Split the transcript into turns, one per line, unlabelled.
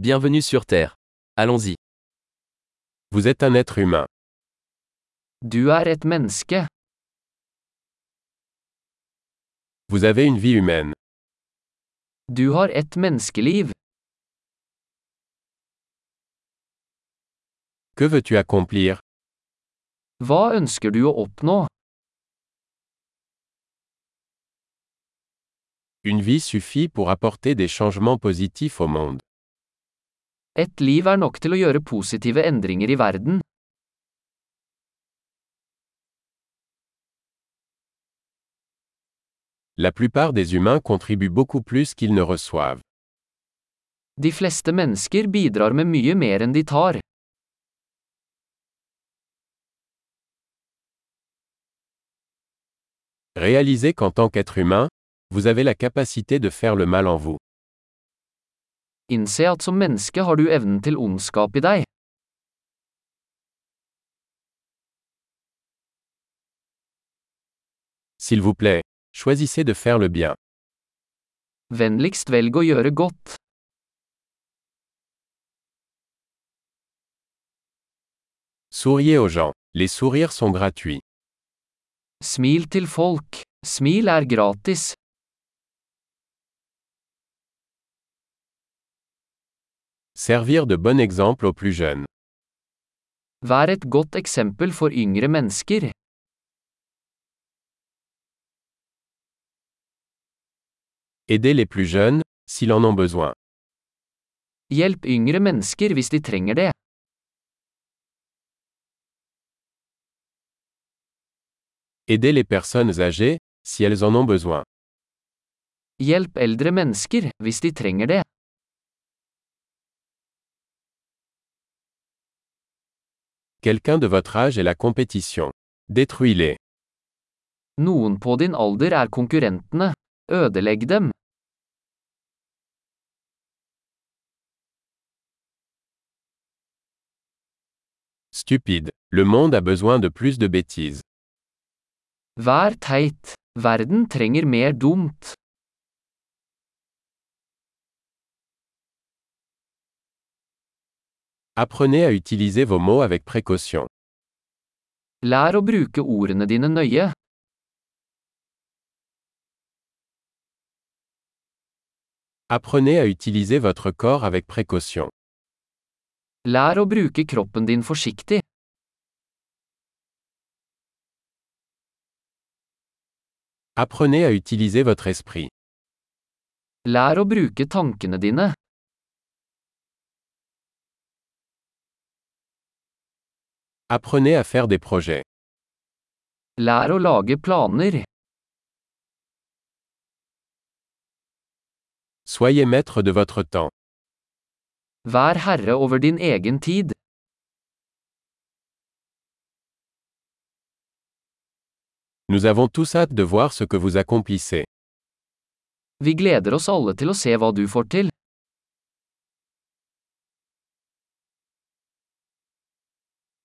Bienvenue sur Terre. Allons-y.
Vous êtes un être humain.
Du er et menneske.
Vous avez une vie humaine.
Du har et menneskeliv.
Que veux-tu accomplir
Hva ønsker du å oppnå?
Une vie suffit pour apporter des changements positifs au monde.
Et liv er nok til å gjøre positive endringer i verden.
La plupart des humains contribuent beaucoup plus qu'ils ne reçoivent.
De fleste mennesker bidrar med mye mer enn de tar.
Réalisez qu'en tant qu'être humain, vous avez la capacité de faire le mal en vous.
Innse at som menneske har du evnen til ondskap i deg.
S'il vous plaît, choisissez de faire le bien.
Vennligst velg å gjøre godt.
Souriez aux gens. Les sourires sont gratuits.
Smil til folk. Smil er gratis.
Servir de bon exemple aux plus jeunes.
Vær et godt eksempel for yngre mennesker.
Aidez les plus jeunes, s'ils en ont besoin.
Hjelp yngre mennesker hvis de trenger det.
Aidez les personnes âgées, si elles en ont besoin.
Hjelp eldre mennesker hvis de trenger det.
Quelqu'un de votre âge est la compétition. Détruis-les.
Noen på din alder er konkurrentene. Ødelegg dem.
Stupide. Le monde a besoin de plus de bêtises.
Vær teit. Verden trenger mer dumt.
Apprenez à utiliser vos mots avec précaution.
Lær å bruke ordene dine nøye.
Apprenez à utiliser votre corps avec précaution.
Lær å bruke kroppen din forsiktig.
Apprenez à utiliser votre esprit.
Lær å bruke tankene dine.
Apprenez à faire des projets.
Lær å lage planer.
Soyez maître de votre temps.
Vær herre over din egen tid.
Nous avons tous hâte de voir ce que vous accomplissez.
Vi gleder oss alle til å se hva du får til.